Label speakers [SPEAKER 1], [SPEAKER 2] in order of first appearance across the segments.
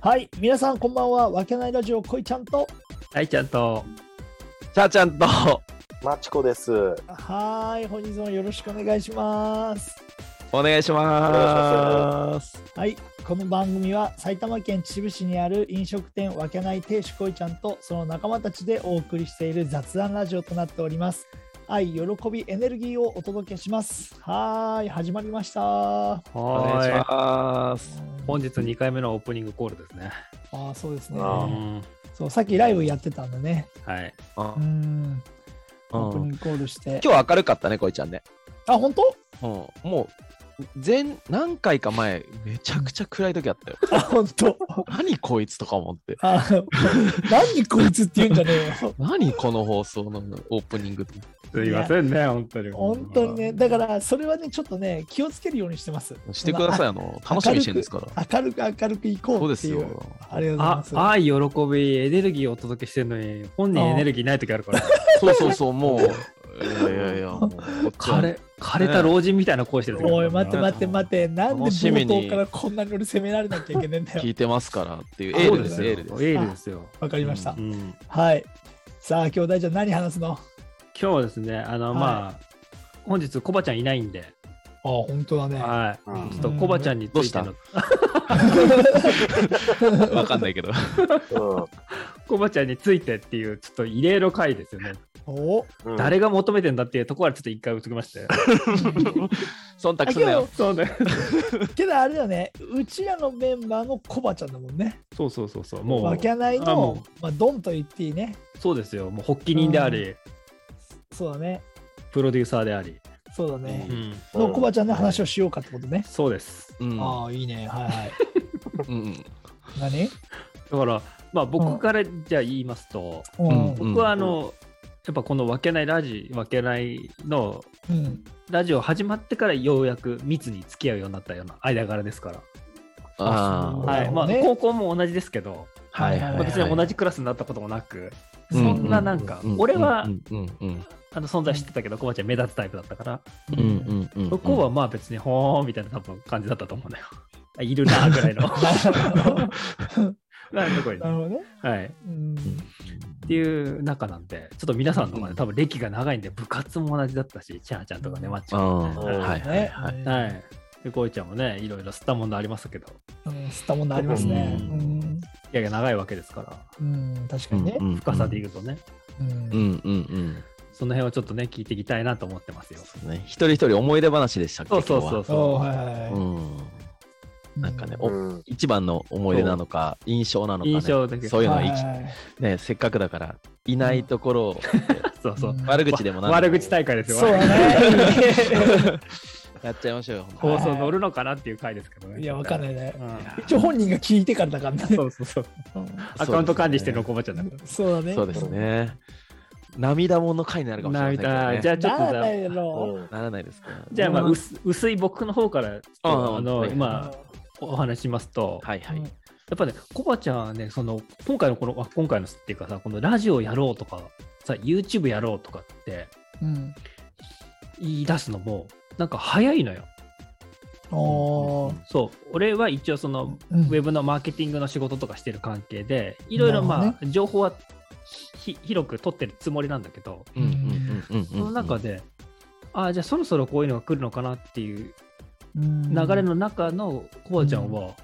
[SPEAKER 1] はい、皆さんこんばんは。わけないラジオ、こいちゃんと。
[SPEAKER 2] はい、ちゃんと。
[SPEAKER 3] ちゃーちゃんと、
[SPEAKER 4] マチコです。お
[SPEAKER 1] はーい、本日もよろしくお願いします。
[SPEAKER 3] お願いします。
[SPEAKER 1] はい、この番組は埼玉県秩父市にある飲食店わけない亭主こいちゃんとその仲間たちでお送りしている雑談ラジオとなっております。愛、喜び、エネルギーをお届けします。はーい、始まりました。
[SPEAKER 3] お願いし
[SPEAKER 2] は
[SPEAKER 3] ます。
[SPEAKER 2] い。本日2回目のオープニングコールですね。
[SPEAKER 1] ああ、そうですね。
[SPEAKER 2] う
[SPEAKER 4] あ
[SPEAKER 2] ん。
[SPEAKER 1] そう、さっきライブやってたんでね。
[SPEAKER 2] はい。
[SPEAKER 1] う、
[SPEAKER 3] うん
[SPEAKER 1] オープニン
[SPEAKER 3] ん
[SPEAKER 1] グコールして。
[SPEAKER 3] 今日明るかったね、こいちゃんね。
[SPEAKER 1] あ、本当？
[SPEAKER 3] うん、もう、前、何回か前、めちゃくちゃ暗い時あったよ。
[SPEAKER 1] あ、本当。
[SPEAKER 3] 何こいつとか思って。
[SPEAKER 1] あ、何こいつって言うんじゃねえ よ。
[SPEAKER 3] 何この放送のオープニングって。
[SPEAKER 2] すいませんね、本当に。
[SPEAKER 1] 本当にね、だからそれはね、ちょっとね、気をつけるようにしてます。
[SPEAKER 3] してください、あの、楽しみにしてるんですから。
[SPEAKER 1] 明るく明るく行こ
[SPEAKER 3] そう
[SPEAKER 1] う
[SPEAKER 3] で
[SPEAKER 1] って
[SPEAKER 3] す
[SPEAKER 1] いう。
[SPEAKER 3] よ。
[SPEAKER 1] ありがとうござい
[SPEAKER 2] あ
[SPEAKER 1] ま、す。
[SPEAKER 2] 愛、喜び、エネルギーをお届けしてるのに、本人エネルギーない時あ るから。
[SPEAKER 3] そうそうそう、もう、いやいやいや、もう、こっち
[SPEAKER 2] 枯
[SPEAKER 3] は
[SPEAKER 2] れ、枯れた老人みたいな声してる時ある
[SPEAKER 1] おい、
[SPEAKER 2] から
[SPEAKER 1] 待って待って待って、なんで
[SPEAKER 3] 楽しみ
[SPEAKER 1] 冒
[SPEAKER 3] に
[SPEAKER 1] 頭からこんなに俺責められなきゃいけないんだ
[SPEAKER 3] 聞
[SPEAKER 1] よ。
[SPEAKER 3] いてますからっていう、エ
[SPEAKER 2] そ
[SPEAKER 3] ー
[SPEAKER 2] う
[SPEAKER 3] ル
[SPEAKER 2] で
[SPEAKER 3] ですす、
[SPEAKER 2] よ
[SPEAKER 3] エールです。
[SPEAKER 2] エールですよ。
[SPEAKER 1] わかりました。
[SPEAKER 2] うん。今
[SPEAKER 1] はい。さあ、兄弟じゃん何話すのあ、
[SPEAKER 2] 日はですね、あの、
[SPEAKER 1] はい
[SPEAKER 2] まあ、本日、コバちゃんいないんで、
[SPEAKER 1] 本当だね。
[SPEAKER 2] はい。
[SPEAKER 4] うん
[SPEAKER 2] ちょっとコバちゃんについて
[SPEAKER 3] ど
[SPEAKER 2] の、
[SPEAKER 3] わかんないけど。
[SPEAKER 2] コバちゃんについてっていう、ちょっと異例の回ですよね。
[SPEAKER 1] お
[SPEAKER 4] うん
[SPEAKER 2] 誰が求めてんだっていうところはちょっと一回打ちまして。
[SPEAKER 3] 忖
[SPEAKER 1] あ
[SPEAKER 3] 度す
[SPEAKER 1] け
[SPEAKER 3] んなよ
[SPEAKER 1] ど。、
[SPEAKER 2] そうね。
[SPEAKER 1] けどあれだよね、うちらのメンバーのコバちゃんだもんね。
[SPEAKER 2] そうそうそうそう。も
[SPEAKER 1] わ
[SPEAKER 2] う、
[SPEAKER 1] けない
[SPEAKER 2] あ
[SPEAKER 1] の
[SPEAKER 2] も、
[SPEAKER 1] まあ、ドンと言っていいね。
[SPEAKER 2] そうですよ。もう発起人であり、
[SPEAKER 1] そうだね。
[SPEAKER 2] プロデューサーであり。
[SPEAKER 1] そうだね。
[SPEAKER 2] うん
[SPEAKER 1] のコバちゃんの話をしようかってことね。
[SPEAKER 2] そうです。
[SPEAKER 3] うん
[SPEAKER 1] ああ、いいね。はいはい。
[SPEAKER 3] うん
[SPEAKER 1] 何
[SPEAKER 2] だから、まあ僕からじゃあ言いますと、
[SPEAKER 1] うん
[SPEAKER 3] うん
[SPEAKER 2] 僕はあの、やっぱこの分けないラジ、分けないの、
[SPEAKER 1] うん。
[SPEAKER 2] ラジオ始まってからようやく密に付き合うようになったような間柄ですから。
[SPEAKER 3] あー
[SPEAKER 2] はい。まあ
[SPEAKER 1] ね
[SPEAKER 2] 高校も同じですけど、
[SPEAKER 3] はいはい
[SPEAKER 2] まあ
[SPEAKER 3] はい
[SPEAKER 2] 別に同じクラスになったこともなく、
[SPEAKER 3] うん
[SPEAKER 2] そんななんか
[SPEAKER 3] うん、
[SPEAKER 2] 俺は
[SPEAKER 3] うんうんうん
[SPEAKER 2] あの存在してたけど、コバちゃん目立つタイプだったから、
[SPEAKER 3] うんうんうんうん
[SPEAKER 2] 向こうはまあ別にほーんみたいな多分感じだったと思うのよ。あいるなーぐらいの。 なんかこれ
[SPEAKER 1] なるほどね。
[SPEAKER 2] はい。
[SPEAKER 1] うん。
[SPEAKER 2] っていう中なんで、ちょっと皆さんの方が
[SPEAKER 3] う
[SPEAKER 2] ね、
[SPEAKER 3] ん
[SPEAKER 2] 多分歴が長いんで、部活も同じだったし、ちゃんちゃんとかね、マッチ
[SPEAKER 3] う
[SPEAKER 2] も
[SPEAKER 3] ん
[SPEAKER 2] ね
[SPEAKER 3] はいはいはい
[SPEAKER 1] ね
[SPEAKER 2] はい。はい。で、こいちゃんもね、いろいろ吸ったもんのありましたけど、
[SPEAKER 1] うん、吸ったもんのありますね。う
[SPEAKER 3] うんん。
[SPEAKER 2] いやいや長いわけですから、
[SPEAKER 1] うん、確かにね。
[SPEAKER 2] 深さで言うとね、
[SPEAKER 1] うん。
[SPEAKER 3] うんうんうん
[SPEAKER 2] その辺をちょっとね、聞いていきたいなと思ってますよ。
[SPEAKER 3] ね一人一人思い出話でしたっけ
[SPEAKER 2] そうそうそう
[SPEAKER 1] お
[SPEAKER 2] そ
[SPEAKER 1] ー
[SPEAKER 2] う。
[SPEAKER 1] はいはいは
[SPEAKER 3] 今日は
[SPEAKER 1] い。
[SPEAKER 3] うんなんかね
[SPEAKER 1] う
[SPEAKER 3] お
[SPEAKER 4] うん
[SPEAKER 3] 一番の思い出なのか印象なのかね
[SPEAKER 2] 印象的
[SPEAKER 3] そういうのが
[SPEAKER 1] はい
[SPEAKER 3] い
[SPEAKER 1] はい。
[SPEAKER 3] ねせっかくだからいないところを
[SPEAKER 2] そうそううん
[SPEAKER 3] 悪口でもなんで
[SPEAKER 2] 悪
[SPEAKER 3] も
[SPEAKER 2] 口大会ですよ。
[SPEAKER 1] そうだね。
[SPEAKER 3] やっちゃいましょうよ
[SPEAKER 1] は
[SPEAKER 2] 放送乗るのかなっていう回ですけどね。。
[SPEAKER 1] いや、わかんないいね。
[SPEAKER 2] うん
[SPEAKER 1] 一応本人が聞いてからだからね。
[SPEAKER 2] そうそうそう。
[SPEAKER 1] うん
[SPEAKER 2] アカウント管理してるのコバちゃんだか。
[SPEAKER 1] そうだね。
[SPEAKER 3] そうですね涙もんの回になるからもしれませんからね
[SPEAKER 2] じゃあちょっ
[SPEAKER 1] な
[SPEAKER 2] と
[SPEAKER 1] ら
[SPEAKER 2] じゃあ
[SPEAKER 1] ないだろ
[SPEAKER 3] ならないですか
[SPEAKER 2] じゃあまあ
[SPEAKER 3] うん
[SPEAKER 2] 薄薄い僕の方からちょっと
[SPEAKER 3] ああ
[SPEAKER 2] あの
[SPEAKER 3] はい
[SPEAKER 2] 今お話ししますと、
[SPEAKER 3] はいはい
[SPEAKER 2] やっぱねコバちゃんはねその今回のこのあ今回のっていうかさこのラジオやろうとかさ YouTube やろうとかって
[SPEAKER 1] う。うん。
[SPEAKER 2] 言い出すのもなんか早いのよ。
[SPEAKER 1] おー。
[SPEAKER 2] そう俺は一応その
[SPEAKER 1] うん
[SPEAKER 2] ウェブのマーケティングの仕事とかしてる関係でいろいろ
[SPEAKER 1] なる
[SPEAKER 2] ま
[SPEAKER 1] ほ
[SPEAKER 2] あ情報はひ広く取ってるつもりなんだけど
[SPEAKER 3] うんうんうんうんうん
[SPEAKER 2] その中で、ああじゃあそろそろこういうのが来るのかなっていう
[SPEAKER 1] うん
[SPEAKER 2] 流れの中のコバちゃんは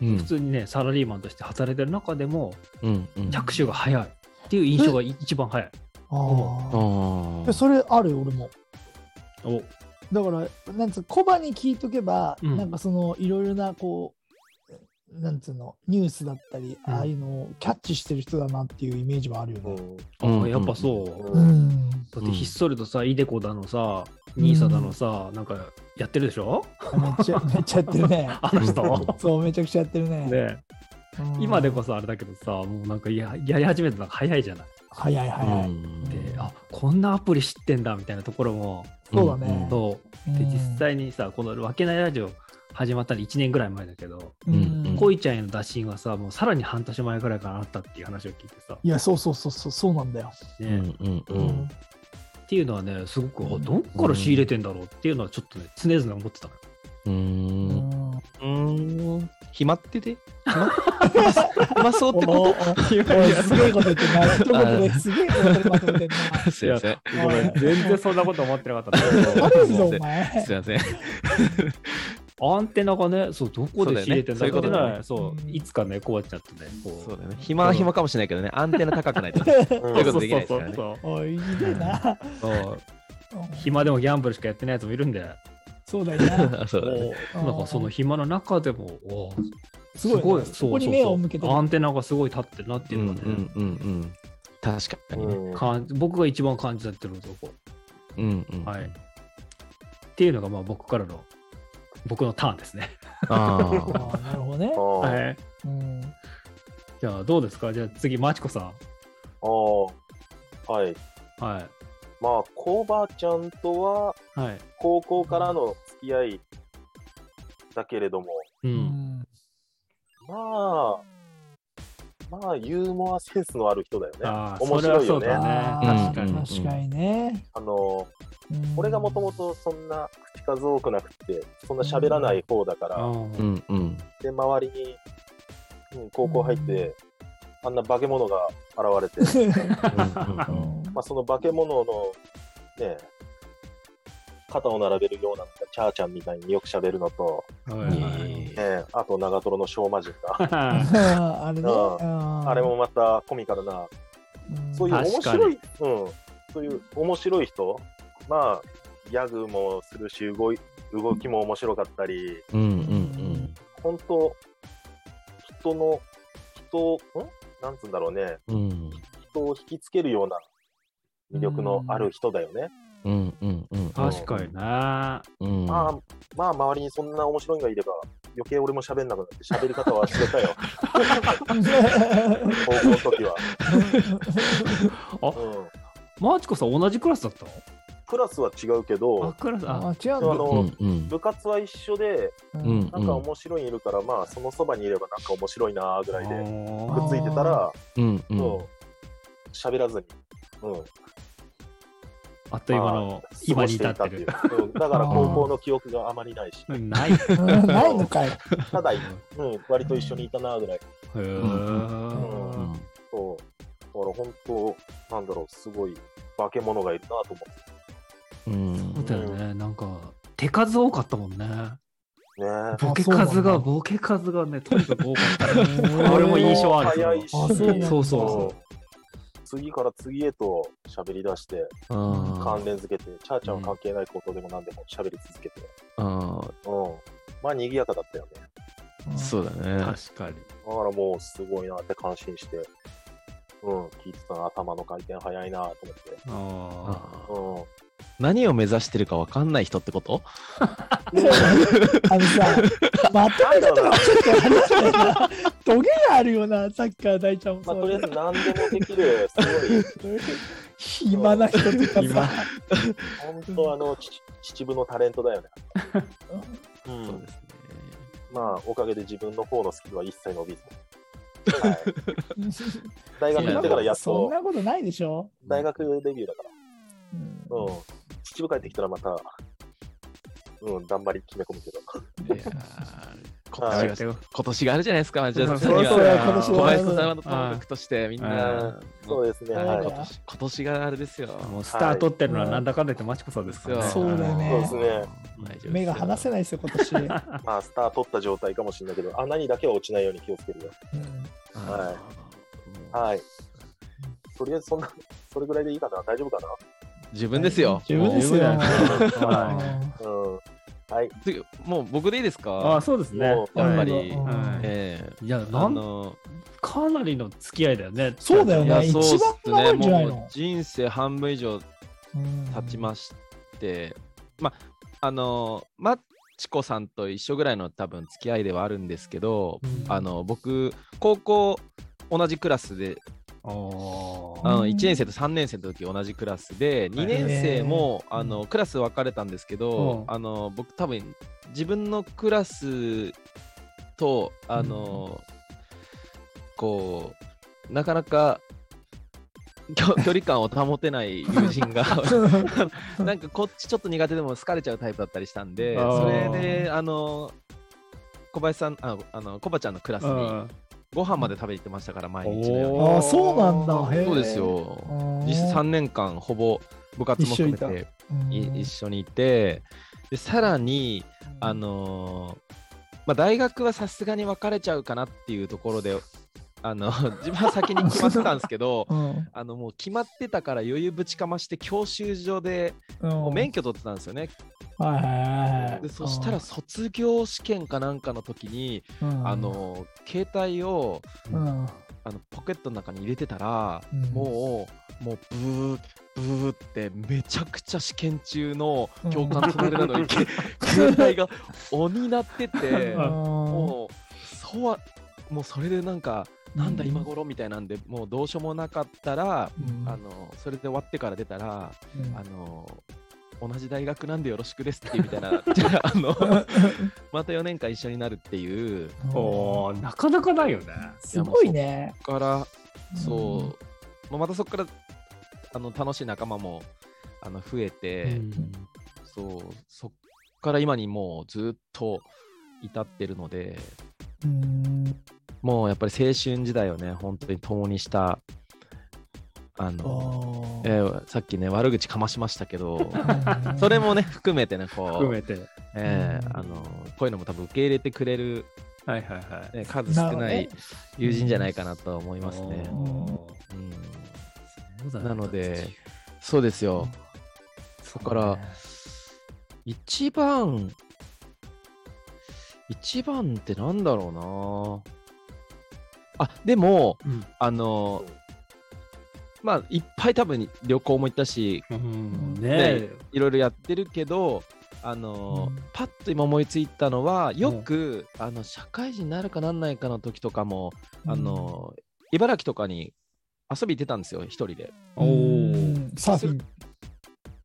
[SPEAKER 3] うん
[SPEAKER 2] 普通にねサラリーマンとして働いてる中でも
[SPEAKER 3] うんうん
[SPEAKER 2] 着手が早いっていう印象がい一番早い。
[SPEAKER 1] あー
[SPEAKER 3] あ
[SPEAKER 1] で
[SPEAKER 3] あ
[SPEAKER 1] それあるよ俺も。
[SPEAKER 2] お
[SPEAKER 1] だから、なんつう、コバに聞いとけば、
[SPEAKER 2] うん
[SPEAKER 1] なんかその、いろいろな、こう、なんつうの、ニュースだったり、
[SPEAKER 2] うん
[SPEAKER 1] ああいうのをキャッチしてる人だなっていうイメージはあるよ
[SPEAKER 4] う
[SPEAKER 1] ね。
[SPEAKER 4] ん
[SPEAKER 3] うん
[SPEAKER 2] あやっぱそう。
[SPEAKER 4] う
[SPEAKER 1] うんん。
[SPEAKER 2] だってひっそりとさ、イデコだのさ、ニーサだのさ、なんかやってるでしょ
[SPEAKER 1] めっちゃ、めっちゃやってるね。
[SPEAKER 2] あの人。
[SPEAKER 1] そう、めちゃくちゃやってるね。
[SPEAKER 2] ね、
[SPEAKER 1] うん
[SPEAKER 2] 今でこそあれだけどさ、もうなんかややり始めたのが早いじゃない。
[SPEAKER 1] 早い早い。
[SPEAKER 3] ん
[SPEAKER 2] で、あこんなアプリ知ってんだみたいなところも、
[SPEAKER 1] そうだね。
[SPEAKER 2] そう。
[SPEAKER 1] う
[SPEAKER 2] で、
[SPEAKER 1] ん
[SPEAKER 2] 実、際にさ、このわけないラジオ始まったの1年ぐらい前だけど、
[SPEAKER 1] う
[SPEAKER 3] うんん
[SPEAKER 2] 恋ちゃんへの打診はさ、もうさらに半年前ぐらいからあったっていう話を聞いてさ、
[SPEAKER 1] いや、そうそうそうそう、そうなんだよ。
[SPEAKER 2] ね
[SPEAKER 3] うんうんうん
[SPEAKER 2] っていうのはね、すごく、
[SPEAKER 1] う
[SPEAKER 2] あ
[SPEAKER 1] ん
[SPEAKER 2] どっから仕入れてんだろうっていうのはちょっとね、常々思ってたのよ。
[SPEAKER 3] うー
[SPEAKER 1] うんん
[SPEAKER 3] うーん暇って て暇暇そうってこ
[SPEAKER 1] おいすげえこと言ってんな。一言ですげえことまとめてんな。
[SPEAKER 3] とすいません。
[SPEAKER 2] ごめん、全然そんなこと思ってなかったんだけど
[SPEAKER 1] あるぞ、お前。
[SPEAKER 3] すいません。
[SPEAKER 2] アンテナがね、そう、どこで仕入れてんだ
[SPEAKER 3] そうだよねそういうことだよ
[SPEAKER 2] ね、そうう、
[SPEAKER 1] ん
[SPEAKER 2] いつかね、こうやっちゃってね、こ
[SPEAKER 3] そうだね。暇は暇かもしれないけどね、アンテナ高くないと。
[SPEAKER 4] うん
[SPEAKER 3] そういうことできないですからね
[SPEAKER 2] そうそうそう
[SPEAKER 1] おい、いいねな。
[SPEAKER 3] そう
[SPEAKER 1] うん
[SPEAKER 2] 暇でもギャンブルしかやってないやつもいるんで、
[SPEAKER 1] そうだよな。
[SPEAKER 3] あそうだね。
[SPEAKER 2] おなんかその暇の中でも、おー
[SPEAKER 1] すごいね
[SPEAKER 2] そう
[SPEAKER 1] そこに目を向けて
[SPEAKER 2] そうそうアンテナがすごい立ってるなって
[SPEAKER 3] う
[SPEAKER 2] いう
[SPEAKER 3] んう
[SPEAKER 2] の
[SPEAKER 3] ん
[SPEAKER 2] がね、
[SPEAKER 3] うんうん。確かにね。
[SPEAKER 4] うん
[SPEAKER 2] 感じ僕が一番感じたってるとこ、
[SPEAKER 3] うんうん。
[SPEAKER 2] はい。っていうのが、まあ、僕からの、僕のターンですね。
[SPEAKER 3] ああ。
[SPEAKER 1] あーなるほどね。
[SPEAKER 4] あー
[SPEAKER 2] い。
[SPEAKER 1] うん。
[SPEAKER 2] じゃあ、どうですかじゃあ次、まちこさ
[SPEAKER 4] あーはい。
[SPEAKER 2] ん。はい。
[SPEAKER 4] まあ、コバちゃんとは
[SPEAKER 2] はい。
[SPEAKER 4] 高校からの付き合いだけれども、
[SPEAKER 2] う。
[SPEAKER 1] うんん
[SPEAKER 4] まあ、まあ、ユーモアセンスのある人だよね。
[SPEAKER 2] ああ、
[SPEAKER 4] 面
[SPEAKER 2] それは
[SPEAKER 4] 白い
[SPEAKER 2] そ
[SPEAKER 4] よ
[SPEAKER 2] う
[SPEAKER 4] ね。
[SPEAKER 2] だ
[SPEAKER 4] あ
[SPEAKER 1] あ
[SPEAKER 2] ね。
[SPEAKER 1] ー
[SPEAKER 2] 確かに。
[SPEAKER 1] 確かにね。
[SPEAKER 4] の、
[SPEAKER 1] うん
[SPEAKER 4] 俺がもとも。とそんな口数多くなくて、そんな喋らない方だから、
[SPEAKER 2] う
[SPEAKER 3] うんんうん。
[SPEAKER 4] で、周りに、うん、高校入って、あんな化け物が現れて、
[SPEAKER 1] うん
[SPEAKER 4] まあ、その化け物の、ね、肩を並べるような、チャーちゃんみたいによく喋るのと、
[SPEAKER 2] はいはいはい
[SPEAKER 1] い
[SPEAKER 4] ね、あと長瀞の小魔人が、
[SPEAKER 2] は
[SPEAKER 1] あれね。
[SPEAKER 4] うん
[SPEAKER 1] あ
[SPEAKER 4] あれもまたコミカルな、
[SPEAKER 1] ん、
[SPEAKER 4] そういう面
[SPEAKER 2] 確かに
[SPEAKER 4] 白い、うん、そういう面白い人、まあ、ギャグもするし、動い動きも面白かったり、
[SPEAKER 3] うんうん
[SPEAKER 4] 本当、人の、人、んなんつうんだろうね、
[SPEAKER 3] うん。うん
[SPEAKER 4] 人を引きつけるような魅力のある人だよね。
[SPEAKER 3] うんうんうん。
[SPEAKER 2] い 確かにな。
[SPEAKER 3] うん。
[SPEAKER 4] まあ、まあ、周りにそんな面白いのがいれば、余計俺も喋んなくなって、喋り方は忘れ たよ、高校の時は。うん、
[SPEAKER 2] まちこさん、同じクラスだったの
[SPEAKER 4] クラスは違うけ
[SPEAKER 2] あ、
[SPEAKER 4] ど、
[SPEAKER 2] クラス、あ、
[SPEAKER 1] あ違うん
[SPEAKER 4] あ
[SPEAKER 1] だ。
[SPEAKER 3] う
[SPEAKER 4] の
[SPEAKER 3] んうん。
[SPEAKER 4] 部活は一緒で、
[SPEAKER 3] うんうん。
[SPEAKER 4] なんか面白いのいるから、まあ、そのそばにいればなんか面白いなーぐらいで、
[SPEAKER 2] あ
[SPEAKER 4] く
[SPEAKER 2] ー
[SPEAKER 4] っついてたら、
[SPEAKER 3] うんうん。
[SPEAKER 4] そう、喋らずに。うん、
[SPEAKER 2] あっという間の今に至ってる。
[SPEAKER 4] 過ごしていたっていう、うんだから高校の記憶があまりないし、
[SPEAKER 2] ない。
[SPEAKER 1] うんないのかい。
[SPEAKER 4] ただ、うん、割と一緒にいたなーぐらい、
[SPEAKER 2] へー
[SPEAKER 4] うん
[SPEAKER 3] うん
[SPEAKER 4] そうだから本当、なんだろう、すごい化け物がいるなと思って
[SPEAKER 3] うん
[SPEAKER 2] そうだよね。なんか、手数多かったもんね。
[SPEAKER 4] ね。
[SPEAKER 2] ボケ数
[SPEAKER 1] あそうな
[SPEAKER 2] が、
[SPEAKER 1] んだ
[SPEAKER 2] ボケ数がね、とにかく多かった。
[SPEAKER 1] 俺
[SPEAKER 2] 俺も印象ある。
[SPEAKER 4] 早いし、
[SPEAKER 1] あそうなんだ
[SPEAKER 2] そうそう
[SPEAKER 4] 次から次へと喋り出して、関連づけて、チャーちゃんは関係ないことでも何でも喋り続けて、
[SPEAKER 3] あ
[SPEAKER 4] うん。まあ、賑やかだったよね。
[SPEAKER 1] う
[SPEAKER 3] あ、
[SPEAKER 1] ん
[SPEAKER 3] そうだ
[SPEAKER 2] う
[SPEAKER 3] ね
[SPEAKER 2] ん。確かに。
[SPEAKER 4] だからもう、すごいなって感心して、うん、聞いてたな、頭の回転早いなと
[SPEAKER 2] あ
[SPEAKER 3] あー
[SPEAKER 4] 思って。
[SPEAKER 3] 何を目指してるかわかんない人ってこと
[SPEAKER 1] あのさ、 まとめたとかちょっと話してるな。トゲがあるよな、さっきから大ちゃんも
[SPEAKER 4] うん。まあ、
[SPEAKER 1] う
[SPEAKER 4] とりあえず何でもできる、す
[SPEAKER 1] 暇な人っていうかさ、
[SPEAKER 4] ごい、本当あの、ち 秩父のタレントだよね。 うん
[SPEAKER 3] そうですね。
[SPEAKER 4] まあ、おかげで自分の方のスキルは一切伸びず。はい、 大学行ってからやっ
[SPEAKER 1] そん
[SPEAKER 4] と、
[SPEAKER 1] なことないでしょ。
[SPEAKER 4] 大学デビューだから。
[SPEAKER 1] うん
[SPEAKER 4] うん。秩父帰ってきたらまた、うん、頑張り決め込むけど。
[SPEAKER 3] いやー 今
[SPEAKER 4] はい
[SPEAKER 3] 年が今年があるじゃないですか、町田さん
[SPEAKER 1] そうそう
[SPEAKER 3] には
[SPEAKER 1] 今年
[SPEAKER 3] 小
[SPEAKER 1] もある
[SPEAKER 3] 林さんのトークとしてみん
[SPEAKER 2] は
[SPEAKER 3] な、
[SPEAKER 4] そうですね。
[SPEAKER 1] はい
[SPEAKER 4] はい。
[SPEAKER 3] 今年今年があれですよ。
[SPEAKER 2] もうスター取ってるのはなんだかんだ言ってマチコさんですからね。
[SPEAKER 1] そうだよね
[SPEAKER 4] そうですね
[SPEAKER 1] 目が離せ
[SPEAKER 3] ない。
[SPEAKER 1] ないですよ、今 年。
[SPEAKER 4] まあ、スター取った状態かもしれないけど、穴にだけは落ちないように気をつけるよ。
[SPEAKER 1] うん
[SPEAKER 4] は
[SPEAKER 3] あー
[SPEAKER 4] はい。とりあえず、そんな、それぐらいでいいかな。大丈夫か
[SPEAKER 3] 自分ですよ。
[SPEAKER 1] 自分ですよ。
[SPEAKER 2] 自分ですよ
[SPEAKER 1] うん
[SPEAKER 4] な。うん。はい。
[SPEAKER 3] 次もう僕でいいです
[SPEAKER 2] ああ、
[SPEAKER 3] か
[SPEAKER 2] そうですね。
[SPEAKER 4] もう
[SPEAKER 3] やっぱり
[SPEAKER 1] うん
[SPEAKER 2] はい
[SPEAKER 3] ええ
[SPEAKER 2] いや、な
[SPEAKER 3] あ
[SPEAKER 2] ん
[SPEAKER 3] の
[SPEAKER 2] かなりの付き合いだよね。
[SPEAKER 1] そうだよ
[SPEAKER 3] い
[SPEAKER 1] ね
[SPEAKER 3] やそうっす
[SPEAKER 1] 一番長い
[SPEAKER 3] ね
[SPEAKER 1] んじゃないの
[SPEAKER 3] もう人生半分以上経ちまして、まあのマッチコさんと一緒ぐらいの多分付き合いではあるんですけど、
[SPEAKER 1] うん
[SPEAKER 3] あの僕高校同じクラスで、
[SPEAKER 2] あー
[SPEAKER 3] あ
[SPEAKER 1] う
[SPEAKER 3] の
[SPEAKER 1] ん
[SPEAKER 3] 1年生と3年生の時同じクラスで2年生も、
[SPEAKER 1] へー
[SPEAKER 3] あのクラス分かれたんですけど、
[SPEAKER 2] うん
[SPEAKER 3] あの僕多分自分のクラスとあの、こうなかなかきょ距離感を保てない友人が なんかこっちちょっと苦手でも好かれちゃうタイプだったりしたんで
[SPEAKER 2] あー
[SPEAKER 3] それであの小林さん、ああの、コバちゃんのクラス
[SPEAKER 2] う
[SPEAKER 3] に
[SPEAKER 2] ん
[SPEAKER 3] ご飯まで食べに行ってましたから、毎日のように
[SPEAKER 2] おー
[SPEAKER 1] ああそうなんだへー
[SPEAKER 3] そうです
[SPEAKER 1] あ
[SPEAKER 3] よ。
[SPEAKER 1] ー
[SPEAKER 3] 実3年間、ほぼ部活も含め
[SPEAKER 1] 一緒に
[SPEAKER 3] て
[SPEAKER 1] うん
[SPEAKER 3] い一緒にいて、でさらに、あのーまあ、大学はさすがに別れちゃうかなっていうところで、あの 自分は先に決まってたんですけ ど、
[SPEAKER 1] うん
[SPEAKER 3] あのもう決まってたから余裕ぶちかまして、教習所でもう免許取ってたんですよね。
[SPEAKER 1] うんはいはいはいはい
[SPEAKER 3] でそしたら、卒業試験かなんかの時に、
[SPEAKER 1] うん
[SPEAKER 3] あ、の携帯を
[SPEAKER 1] うん
[SPEAKER 3] あのポケットの中に入れてたら、
[SPEAKER 1] うん
[SPEAKER 3] もうもうブーブーってめちゃくちゃ試験中の教官トンネルなのに、
[SPEAKER 4] うん
[SPEAKER 3] 携帯が鬼になっ てて
[SPEAKER 2] う、ん
[SPEAKER 3] もうそうはもうそれでなんかなんだ今頃みたいなんで、もうどうしようもなかったら、
[SPEAKER 1] うん
[SPEAKER 3] あのそれで終わってから出たら、
[SPEAKER 1] うん
[SPEAKER 3] あの同じ大学なんでよろしくですっていうみたいな じゃああの また4年間一緒になるっていう
[SPEAKER 2] おーなかなかないよね。
[SPEAKER 1] すごいね。
[SPEAKER 3] から
[SPEAKER 1] う
[SPEAKER 3] そ
[SPEAKER 1] ん
[SPEAKER 3] う、まあまたそこからあの楽しい仲間もあの増えて、そうそっから今にもうずっと至ってるので
[SPEAKER 1] うん
[SPEAKER 3] もうやっぱり青春時代をね本当に共にしたあ
[SPEAKER 1] あ
[SPEAKER 3] の、
[SPEAKER 1] ー
[SPEAKER 3] えーさっきね悪口かましましたけど
[SPEAKER 1] うん
[SPEAKER 3] それもね含めてねこう
[SPEAKER 2] 含めて。
[SPEAKER 3] えーあのこういうのも多分受け入れてくれる、
[SPEAKER 2] はいはいはい。
[SPEAKER 3] ね、数少な
[SPEAKER 1] な
[SPEAKER 3] い
[SPEAKER 1] るほどね
[SPEAKER 3] 友人じゃないかなとは思います
[SPEAKER 2] お
[SPEAKER 3] ね。
[SPEAKER 2] ー
[SPEAKER 3] うん
[SPEAKER 2] そうだね
[SPEAKER 3] なので、そうですよ。
[SPEAKER 2] そ
[SPEAKER 3] だから、一番、一番ってなんだろうな。あ、でも、
[SPEAKER 2] うん
[SPEAKER 3] あの、まあ、いっぱい多分旅行も行ったし、
[SPEAKER 2] うん、ね
[SPEAKER 3] ねいろいろやってるけど、あの、
[SPEAKER 1] うん
[SPEAKER 3] パッと今思いついたのは、よく、あの、社会人になるかなんないかの時とかも、あの、茨城とかに遊び行ってたんですよ、一人で。
[SPEAKER 1] うん
[SPEAKER 2] おー
[SPEAKER 1] サーフィン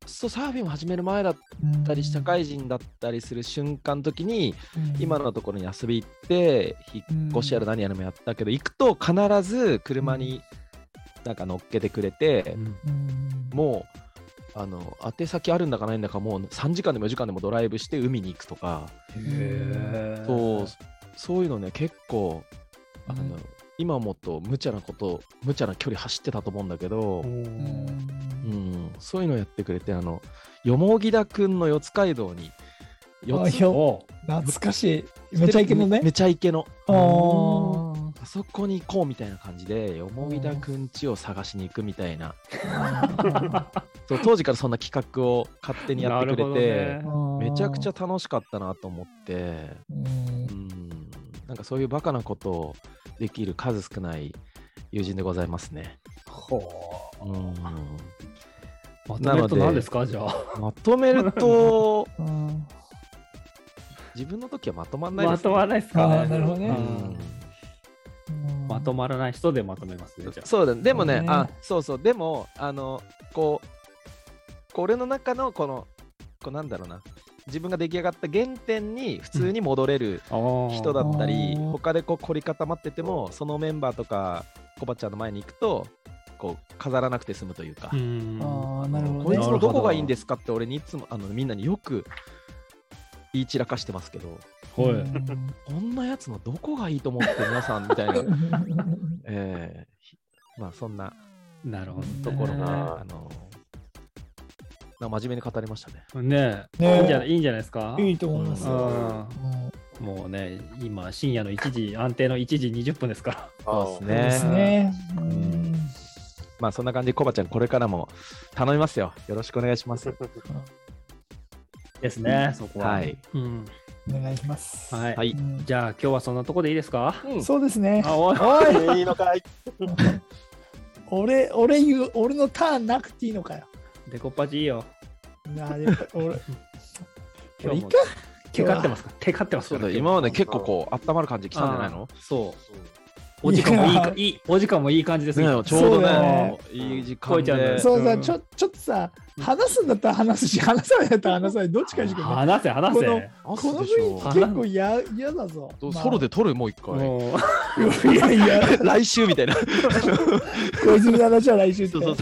[SPEAKER 3] そう、サーフィンを始める前だっ
[SPEAKER 1] だ
[SPEAKER 3] たり、社会人だったりする瞬間の時に、今のところに遊び行って引っ越しやら何やらもやったけど、行くと必ず車になんか乗っけてくれて
[SPEAKER 2] う、ん
[SPEAKER 1] も
[SPEAKER 3] もうあの宛先あるんだかないんだかもう3時間でも4時間でもドライブして海に行くとか、
[SPEAKER 2] へー
[SPEAKER 3] そうそういうのね結構あの、
[SPEAKER 1] うん
[SPEAKER 3] 今もっと無茶なこと無茶な距離走ってたと思うんだけど、
[SPEAKER 2] お
[SPEAKER 1] う
[SPEAKER 2] ー
[SPEAKER 3] うんそういうのやってくれてあのよもぎだくんの四街道に
[SPEAKER 1] あ
[SPEAKER 3] 四つ
[SPEAKER 1] ひょ
[SPEAKER 2] お
[SPEAKER 1] 懐かしいめちゃイケの
[SPEAKER 3] め
[SPEAKER 1] ね
[SPEAKER 3] めちゃイケの。
[SPEAKER 1] あー
[SPEAKER 3] あそこに行こうみたいな感じで、よもぎだくんちを探しに行くみたいな、そう当時からそんな企画を勝手にやってくれて、
[SPEAKER 2] なるほどね
[SPEAKER 3] めちゃくちゃ楽しかったなと思って、
[SPEAKER 1] うん
[SPEAKER 3] うん、なんかそういうバカなことをできる数少ない友人でございますね。
[SPEAKER 2] ほ
[SPEAKER 3] うん、
[SPEAKER 2] うまとめると
[SPEAKER 3] なので
[SPEAKER 2] 何ですかじゃあ。
[SPEAKER 3] まとめ ると、
[SPEAKER 1] うん
[SPEAKER 3] 自分の時はまとまんないで
[SPEAKER 2] ます
[SPEAKER 3] ね、
[SPEAKER 2] とまらないです
[SPEAKER 1] あ
[SPEAKER 2] かね。
[SPEAKER 1] ーなるほど
[SPEAKER 3] う
[SPEAKER 1] ね
[SPEAKER 3] ん
[SPEAKER 1] うん
[SPEAKER 2] まとまらない人でまとめますね。じゃあ
[SPEAKER 3] そうだねでもね
[SPEAKER 1] ね
[SPEAKER 3] あそうそうでもあのこうこう俺の中のこのこうなんだろうな自分が出来上がった原点に普通に戻れる
[SPEAKER 2] あー
[SPEAKER 3] 人だったり、
[SPEAKER 1] うん
[SPEAKER 3] 他でこう凝り固まっててもそのメンバーとかコバちゃんの前に行くとこう飾らなくて済むというか、
[SPEAKER 2] うん
[SPEAKER 1] ああなるほど
[SPEAKER 3] こい
[SPEAKER 1] ね
[SPEAKER 3] つ
[SPEAKER 2] な
[SPEAKER 3] の
[SPEAKER 2] るほ
[SPEAKER 3] ど
[SPEAKER 2] ど
[SPEAKER 3] こがいいんですかって俺にいつもあのみんなによく言い散らかしてますけど
[SPEAKER 2] は
[SPEAKER 1] う
[SPEAKER 2] い。
[SPEAKER 1] ん
[SPEAKER 3] こんなやつのどこがいいと思って皆さんみたいな、 えーまあそんな
[SPEAKER 2] なるほどね。
[SPEAKER 1] と
[SPEAKER 3] ところが、
[SPEAKER 4] ね
[SPEAKER 3] あのなんか真面目に語りましたね。
[SPEAKER 2] ねえ、
[SPEAKER 1] ねえ
[SPEAKER 2] いいんじゃないいいんじゃないですか
[SPEAKER 1] いいと思いますよ
[SPEAKER 2] うん
[SPEAKER 1] うん
[SPEAKER 2] もうね、今、深夜の1時、安定の1時20分ですから。
[SPEAKER 3] そう
[SPEAKER 1] そうで
[SPEAKER 3] ですすね。
[SPEAKER 1] ねうん
[SPEAKER 3] まあそんな感じで、コバちゃん、これからも頼みますよ。よろしくお願いします。
[SPEAKER 2] ですね、そこは。
[SPEAKER 3] はい。
[SPEAKER 2] うん。
[SPEAKER 1] お願いします
[SPEAKER 2] はい。
[SPEAKER 3] はい。
[SPEAKER 1] うん
[SPEAKER 2] じゃあ、今日はそんなとこでいいですか
[SPEAKER 1] そうですね
[SPEAKER 2] あ、おい。
[SPEAKER 4] あいいのかい
[SPEAKER 1] 俺俺言う俺のターンなくていいのかよ
[SPEAKER 2] デコパチいいよ。
[SPEAKER 1] なあやっぱ俺
[SPEAKER 2] 今日も
[SPEAKER 1] いいか
[SPEAKER 2] テカってますかテカってます
[SPEAKER 3] そ
[SPEAKER 2] か
[SPEAKER 3] う
[SPEAKER 2] ら
[SPEAKER 3] だ、今まで結構こう、温まる感じきたんじゃないの
[SPEAKER 2] あーそう。お時間もいいか、いい、お時間もいい感じです。
[SPEAKER 3] ねちょうど
[SPEAKER 1] そうだ
[SPEAKER 3] ね
[SPEAKER 1] ね、
[SPEAKER 3] いい時
[SPEAKER 2] こ
[SPEAKER 3] 間
[SPEAKER 2] いちゃんの
[SPEAKER 3] で。
[SPEAKER 1] そう
[SPEAKER 2] う
[SPEAKER 1] さ
[SPEAKER 2] ん
[SPEAKER 1] ちょちょっとさ話すんだったら話すし話さないんだったら話さないどっちかにしかね
[SPEAKER 2] 話せ、話せ。
[SPEAKER 1] このこ
[SPEAKER 3] 朝
[SPEAKER 1] の雰
[SPEAKER 3] でしょ
[SPEAKER 1] 囲気結構や嫌だぞ
[SPEAKER 3] どう
[SPEAKER 1] まあ
[SPEAKER 3] ソロで撮るもう一回。
[SPEAKER 2] うん
[SPEAKER 1] いやいや
[SPEAKER 3] 来週みたいな。
[SPEAKER 1] 小泉の話は来週って
[SPEAKER 3] そうそう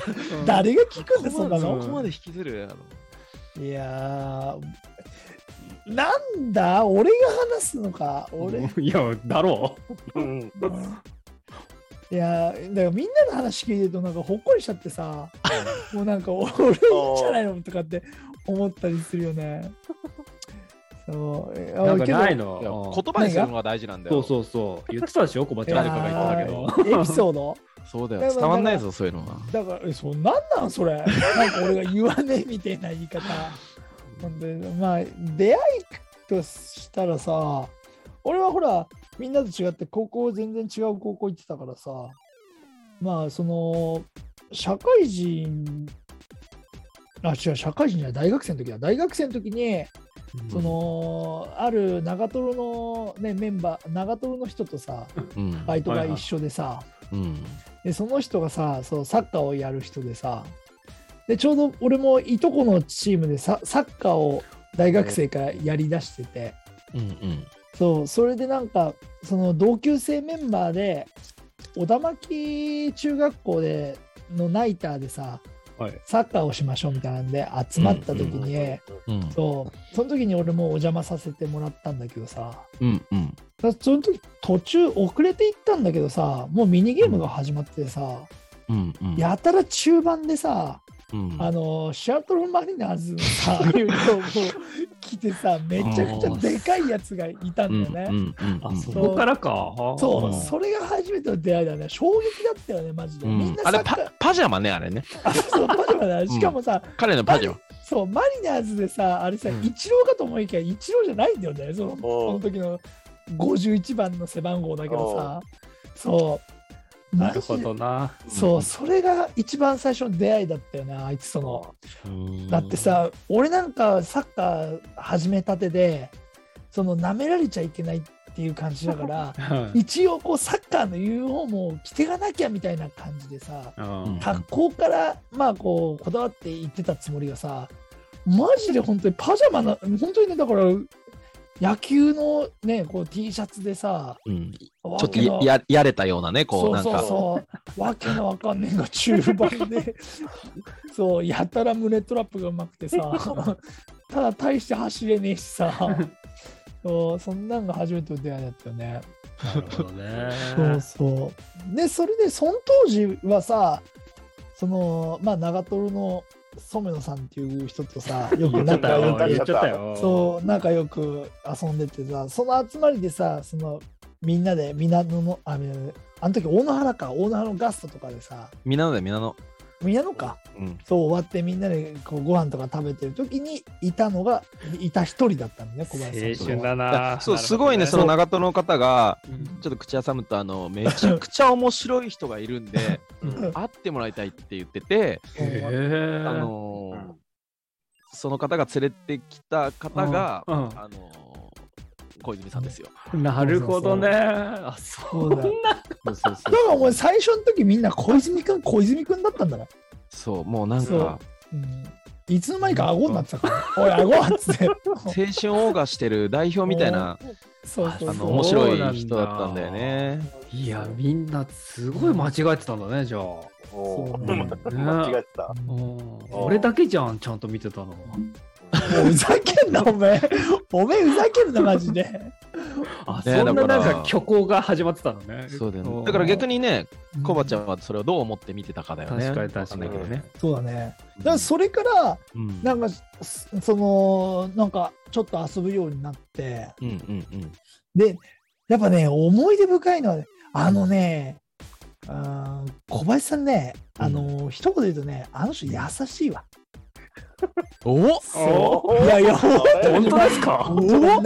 [SPEAKER 1] 誰が聞くんだそんな
[SPEAKER 3] そ
[SPEAKER 1] の
[SPEAKER 3] こまで引きずる。あの
[SPEAKER 1] いやーなんだ俺が話すのか俺、い
[SPEAKER 2] いや、だろ。
[SPEAKER 4] うん
[SPEAKER 1] やだからみんなの話聞いてるとなんかほっこりしちゃってさもうなんか俺いいんじゃないのとかって思ったりするよねそういう
[SPEAKER 2] なん
[SPEAKER 1] や
[SPEAKER 2] か
[SPEAKER 1] けど
[SPEAKER 2] ない
[SPEAKER 3] いや
[SPEAKER 2] の。
[SPEAKER 3] 言葉にするのが大事なんだ
[SPEAKER 2] そ
[SPEAKER 3] よ。
[SPEAKER 2] うそうそう。言ってたでしょ、コバちゃん。
[SPEAKER 3] 誰かが言ってたけど
[SPEAKER 1] いやーエピソード
[SPEAKER 3] そうだ
[SPEAKER 1] だ
[SPEAKER 3] よ。
[SPEAKER 1] から
[SPEAKER 3] 伝わんないぞ、そういうのは。
[SPEAKER 1] だからえそうなんなんそれなんか俺が言わねえみたいな言い方本当にまあ出会いとしたらさ俺はほらみんなと違って高校全然違う高校行ってたからさまあその社会人あ違う社会人じゃない大学生の時だ大学生の時にそのある長瀞の、ね、メンバー長瀞の人とさ
[SPEAKER 3] うん。
[SPEAKER 1] バイトが一緒でさ、
[SPEAKER 3] うん。
[SPEAKER 1] でその人がさそうサッカーをやる人でさでちょうど俺もいとこのチームでさサッカーを大学生からやりだしてて
[SPEAKER 3] うんうん。
[SPEAKER 1] そうそれでなんかその同級生メンバーで小田巻中学校でのナイターでさ
[SPEAKER 2] はい。
[SPEAKER 1] サッカーをしましょうみたいなんで集まった時に、
[SPEAKER 3] うん
[SPEAKER 1] そうその時に俺もお邪魔させてもらったんだけどさ
[SPEAKER 3] うんうん。
[SPEAKER 1] だからその時途中遅れていったんだけどさもうミニゲームが始まっててさ、
[SPEAKER 3] うんうん。
[SPEAKER 1] やたら中盤でさ、
[SPEAKER 3] うん、
[SPEAKER 1] あのシアトルマリナーズの さ、ユニフォームを着てさ、めちゃくちゃでかいやつがいたんだよ
[SPEAKER 3] うん
[SPEAKER 1] ね。
[SPEAKER 3] うんうんう
[SPEAKER 2] あ、
[SPEAKER 3] ん
[SPEAKER 2] そこからか。
[SPEAKER 1] そ
[SPEAKER 3] あ
[SPEAKER 1] う、
[SPEAKER 3] ー
[SPEAKER 1] それが初めての出会いだね。衝撃だったよね、マジで。
[SPEAKER 3] うん
[SPEAKER 1] みんな
[SPEAKER 3] あ
[SPEAKER 1] サ
[SPEAKER 3] れ
[SPEAKER 1] ッカー
[SPEAKER 3] パ、パジャマね、あれね。
[SPEAKER 1] あ そうパジャマだ。しかもさ、
[SPEAKER 3] 彼のパジャマ。
[SPEAKER 1] そう、マリナーズでさ、あれさ、
[SPEAKER 3] うん
[SPEAKER 1] イチローかと思いきや、イチローじゃないんだよね、その
[SPEAKER 4] おう
[SPEAKER 1] その時の51番の背番号だけどさ。そう。
[SPEAKER 2] なるほ
[SPEAKER 1] マジで
[SPEAKER 2] どな。
[SPEAKER 1] そう、それが一番最初の出会いだったよね、あいつとの。
[SPEAKER 3] うん
[SPEAKER 1] だって、さ、俺なんかサッカー始めたてで、その舐められちゃいけないっていう感じだから、
[SPEAKER 2] うん
[SPEAKER 1] 一応こうサッカーのユニフォームを着てかなきゃみたいな感じでさ、
[SPEAKER 2] うん
[SPEAKER 1] 格好からまあこうこだわって言ってたつもりがさ、マジで本当にパジャマな、本当にね、だから野球のね、こう T シャツでさ、
[SPEAKER 3] うん、ち
[SPEAKER 1] ょ
[SPEAKER 3] ょっとやややれたようなね、こ
[SPEAKER 1] そうう
[SPEAKER 3] なん
[SPEAKER 1] そう
[SPEAKER 3] か。
[SPEAKER 1] そう。わけのわかんねえが中盤 で、そう、やたら胸トラップがうまくて さ、ただ大して走れねえしさ、そうそんなんが初めての出会いだったよね。
[SPEAKER 2] なるほどね。
[SPEAKER 1] そうそう。で、それで、その当時はさ、その、まあ、長瀞の染野さんっていう人とさ、よく
[SPEAKER 2] 言っちゃ
[SPEAKER 1] 仲
[SPEAKER 2] った
[SPEAKER 1] 良
[SPEAKER 2] よ。
[SPEAKER 1] く
[SPEAKER 2] 言っちゃったよ。
[SPEAKER 1] そう仲良く遊んでてさその集まりでさそのみんなで皆野のあみなあの時大野原か大野原のガストとかでさ
[SPEAKER 3] みんなので、みんなの。
[SPEAKER 1] 宮野か
[SPEAKER 3] うん。
[SPEAKER 1] そう終わってみんなでこうご飯とか食べてる時にいたのがいた一人だったのね小林さ
[SPEAKER 2] 青
[SPEAKER 1] んと
[SPEAKER 2] 春
[SPEAKER 1] かは
[SPEAKER 2] だな。
[SPEAKER 3] そう、すごいね、その
[SPEAKER 2] なる
[SPEAKER 3] 長友の方が、
[SPEAKER 2] ほどね。
[SPEAKER 3] ちょっと口挟むと、あの、めちゃくちゃ面白い人がいるんで、
[SPEAKER 1] うん
[SPEAKER 3] 会ってもらいたいって言ってて、
[SPEAKER 2] へ
[SPEAKER 3] あ
[SPEAKER 2] え。
[SPEAKER 3] の
[SPEAKER 4] う
[SPEAKER 3] ー
[SPEAKER 4] ん
[SPEAKER 3] その方が連れてきた方が、
[SPEAKER 2] うんうん
[SPEAKER 3] あのー小泉さんですよ。
[SPEAKER 2] なるほどね。あ、そんな。
[SPEAKER 3] そうそ
[SPEAKER 1] だからお前最初の時みんな小泉君小泉君だったんだな、
[SPEAKER 3] そう、もうなん
[SPEAKER 1] そう
[SPEAKER 3] か、
[SPEAKER 1] うん、いつの間にか顎になってたから、 おい顎っつって
[SPEAKER 3] 青春謳歌してる代表みたいな、
[SPEAKER 1] そう
[SPEAKER 3] あ
[SPEAKER 1] そう
[SPEAKER 3] の、
[SPEAKER 1] そう
[SPEAKER 3] 面白い人だったんだよね。
[SPEAKER 2] いや、みんなすごい間違えてたんだね、じゃあ。
[SPEAKER 4] お
[SPEAKER 1] そう
[SPEAKER 4] ー
[SPEAKER 1] ね
[SPEAKER 4] 間違えて た。
[SPEAKER 1] うん
[SPEAKER 2] うん俺だけじゃん、ちゃんと見てたの。
[SPEAKER 1] もうふざけんな、おめえ。おめえふざけんな、マジで。
[SPEAKER 2] あ、
[SPEAKER 3] ね
[SPEAKER 2] そんなな
[SPEAKER 3] だか
[SPEAKER 2] ん
[SPEAKER 3] ら
[SPEAKER 2] か虚構が始まってたのね。
[SPEAKER 3] そうだよ
[SPEAKER 2] ん
[SPEAKER 3] ね。だから逆にね、コバちゃんはそれをどう思って見てたかだよね。
[SPEAKER 2] 確かに確かに
[SPEAKER 3] わんない
[SPEAKER 2] ね。
[SPEAKER 1] そうだね。だからそれから、
[SPEAKER 3] けどね。
[SPEAKER 1] なんか、そその、なんか、ちょっと遊ぶようになって、
[SPEAKER 3] うんうんうんうん。
[SPEAKER 1] で、やっぱね、思い出深いのはね、あのね、あー小林さんね、あのー、一言で言うとね、あの人優しいわ。
[SPEAKER 3] お
[SPEAKER 1] そ
[SPEAKER 4] お
[SPEAKER 1] う。いやいや、
[SPEAKER 2] 本当ですか
[SPEAKER 1] おなん、なん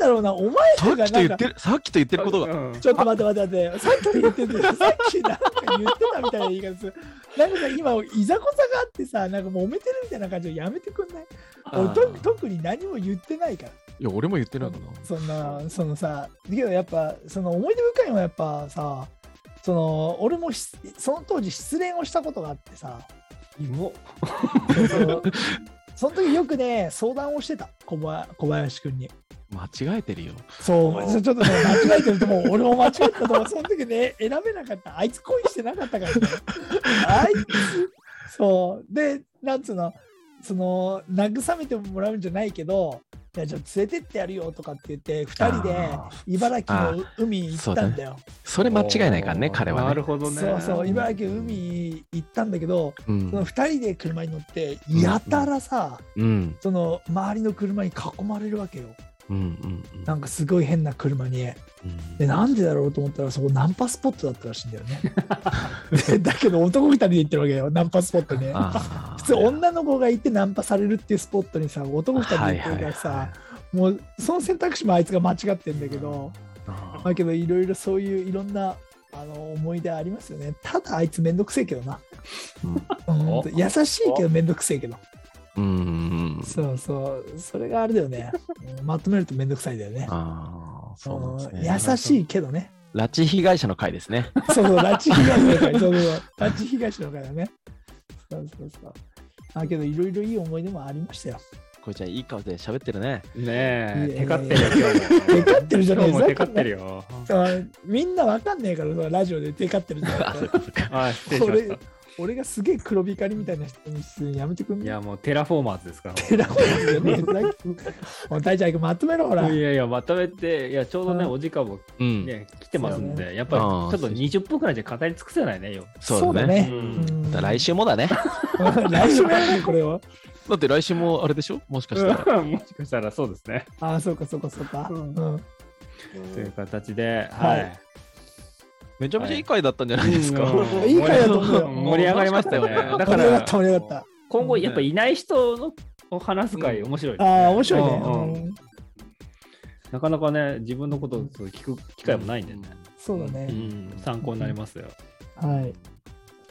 [SPEAKER 1] だろうな、お前
[SPEAKER 3] さ
[SPEAKER 1] ら
[SPEAKER 3] っ
[SPEAKER 1] が
[SPEAKER 3] きと
[SPEAKER 1] なん
[SPEAKER 3] 言
[SPEAKER 1] か
[SPEAKER 3] っ、てる、さっきと言ってることが。
[SPEAKER 2] が。うん
[SPEAKER 1] ちょっと待って待って待って、さっき言ってて、さっきなんか言ってたみたいな言い方する。なんかさ、今、いざこざがあってさ、なんか揉めてるみたいな感じでやめてくんない俺と特に何も言ってないから。
[SPEAKER 3] いや、俺も言ってないのかな。
[SPEAKER 1] そんな、そのさ、だけどやっぱ、その思い出深いのはやっぱさ、その俺もしその当時失恋をしたことがあってさ、
[SPEAKER 2] 芋
[SPEAKER 1] そのその時よくね、相談をしてた、小林小林君に。
[SPEAKER 3] 間違えてるよ。
[SPEAKER 1] そ
[SPEAKER 4] あ
[SPEAKER 1] う、
[SPEAKER 4] ー
[SPEAKER 1] ちょちょっとね、間違えてると思う。俺も間違えたと思う。その時ね、選べなかった。あいつ恋してなかったからね。あいつ、そう。で、なんつうの、その慰めてもらうんじゃないけどいやじゃあ連れてってやるよとかって言って2人で
[SPEAKER 3] あ
[SPEAKER 1] 茨城の海行ったんだよ。
[SPEAKER 3] それ間違いないからね、彼は
[SPEAKER 2] な
[SPEAKER 3] ね
[SPEAKER 2] る。ほどね。
[SPEAKER 1] そうそう茨城の海行ったんだけど、
[SPEAKER 3] うん
[SPEAKER 1] その2人で車に乗ってやたらさ、
[SPEAKER 3] うん
[SPEAKER 1] その周りの車に囲まれるわけよ
[SPEAKER 3] うんうんうん
[SPEAKER 1] なんかすごい変な車に
[SPEAKER 3] うん
[SPEAKER 1] でなんでだろうと思ったらそこナンパスポットだったらしいんだよね でだけど男2人で行ってるわけよナンパスポットね
[SPEAKER 3] あー
[SPEAKER 1] 普通女の子がいてナンパされるっていうスポットにさ男2人で行ってるからさ、
[SPEAKER 3] はいはい
[SPEAKER 1] もうその選択肢もあいつが間違ってんだけど、
[SPEAKER 3] はい
[SPEAKER 1] まあけどいろいろそういういろんなあの思い出ありますよねただあいつめんどくせえけどな
[SPEAKER 3] うん
[SPEAKER 1] うん優しいけどめんどくせえけど
[SPEAKER 3] うんうんうん
[SPEAKER 1] そうそうそれがあれだよねうんまとめるとめんどくさいだよね
[SPEAKER 3] ああ、そうなんですね。
[SPEAKER 1] うん優しいけどね
[SPEAKER 3] 拉致被害者の会ですね。
[SPEAKER 1] そうそう、拉致被害の会、そうそう、拉致被害者の会だね。そうそうそう。あけど、いろいろいい思い出もありま したよ。
[SPEAKER 3] こいちゃん、いい顔で喋ってるね。
[SPEAKER 2] ね
[SPEAKER 1] いやいやい
[SPEAKER 2] え、
[SPEAKER 1] や
[SPEAKER 2] テカってるよ、今日
[SPEAKER 1] テ
[SPEAKER 2] も。
[SPEAKER 1] カってるじゃねえ
[SPEAKER 2] 今日も テカってるよ。
[SPEAKER 1] あみんなわかんねえから、そのラジオでテカってるじゃ
[SPEAKER 3] あ、そうんか、そうか。
[SPEAKER 2] はい、失礼しまし
[SPEAKER 1] 俺がすげえ黒光りみたいな人にするのやめてくん
[SPEAKER 2] た。
[SPEAKER 1] ね
[SPEAKER 2] いや、もうテラフォーマーズですから。
[SPEAKER 1] テラフォーマーズじゃねえふざけもう大ちゃん、まとめろ、ほら。
[SPEAKER 2] いやいや、まとめて、いや、ちょうどね、
[SPEAKER 1] うん
[SPEAKER 2] お時間も
[SPEAKER 3] うん。
[SPEAKER 2] ね、来てますん
[SPEAKER 1] そう
[SPEAKER 2] で、やっぱりち
[SPEAKER 3] あ
[SPEAKER 2] ょ
[SPEAKER 3] ー
[SPEAKER 2] っと20分くらいじゃ語り尽くせない ね、よ。
[SPEAKER 1] そ
[SPEAKER 3] そうう
[SPEAKER 1] だ
[SPEAKER 3] だね。
[SPEAKER 1] ね。
[SPEAKER 2] うん
[SPEAKER 1] うん
[SPEAKER 3] だ来週もだね。
[SPEAKER 1] 来週もやらない、これを。
[SPEAKER 3] だって来週もあれでしょもしかしたら。
[SPEAKER 2] もしかしたらそうですね。
[SPEAKER 1] ああ、そうか、そうか、そうか。
[SPEAKER 2] うん
[SPEAKER 1] うん
[SPEAKER 2] という形で、
[SPEAKER 1] は
[SPEAKER 2] はいい。
[SPEAKER 3] めちゃめちゃいい回だったんじゃないですか。
[SPEAKER 2] うん
[SPEAKER 1] いい回だと思うよ
[SPEAKER 2] 盛り上がりまし たよね。だか
[SPEAKER 1] 盛り上がった、盛り上がっ
[SPEAKER 2] ら、
[SPEAKER 1] た。
[SPEAKER 2] 今後、やっぱいない人のを話す会、面白いですね。
[SPEAKER 1] ああ、面白いね
[SPEAKER 2] うんうん
[SPEAKER 1] うん。
[SPEAKER 2] なかなかね、自分のことを聞く機会もないんでね、
[SPEAKER 1] そうだ
[SPEAKER 2] う
[SPEAKER 1] ね。
[SPEAKER 2] ん参考になりますよ。
[SPEAKER 1] はい。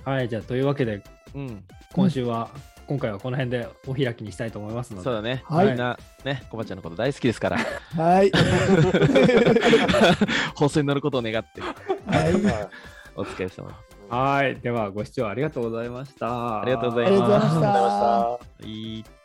[SPEAKER 2] はい、じゃあ、というわけで、
[SPEAKER 3] うん。
[SPEAKER 2] 今週は、今回はこの辺でお開きにしたいと思いますの
[SPEAKER 3] そう
[SPEAKER 2] で、
[SPEAKER 3] だね。
[SPEAKER 1] はい
[SPEAKER 3] みんな、ね、コバちゃんのこと大好きです から、
[SPEAKER 1] はい。
[SPEAKER 3] 放送に乗ることを願って、
[SPEAKER 1] はい。
[SPEAKER 4] はい
[SPEAKER 3] お疲れ様で
[SPEAKER 2] はい、では、ご視聴ありがとうございました。
[SPEAKER 3] ありがとうご
[SPEAKER 1] あ
[SPEAKER 3] ざ
[SPEAKER 1] り
[SPEAKER 3] い
[SPEAKER 1] がとうございま
[SPEAKER 3] ま
[SPEAKER 1] し
[SPEAKER 4] ありがとうございましたた。
[SPEAKER 3] す。いい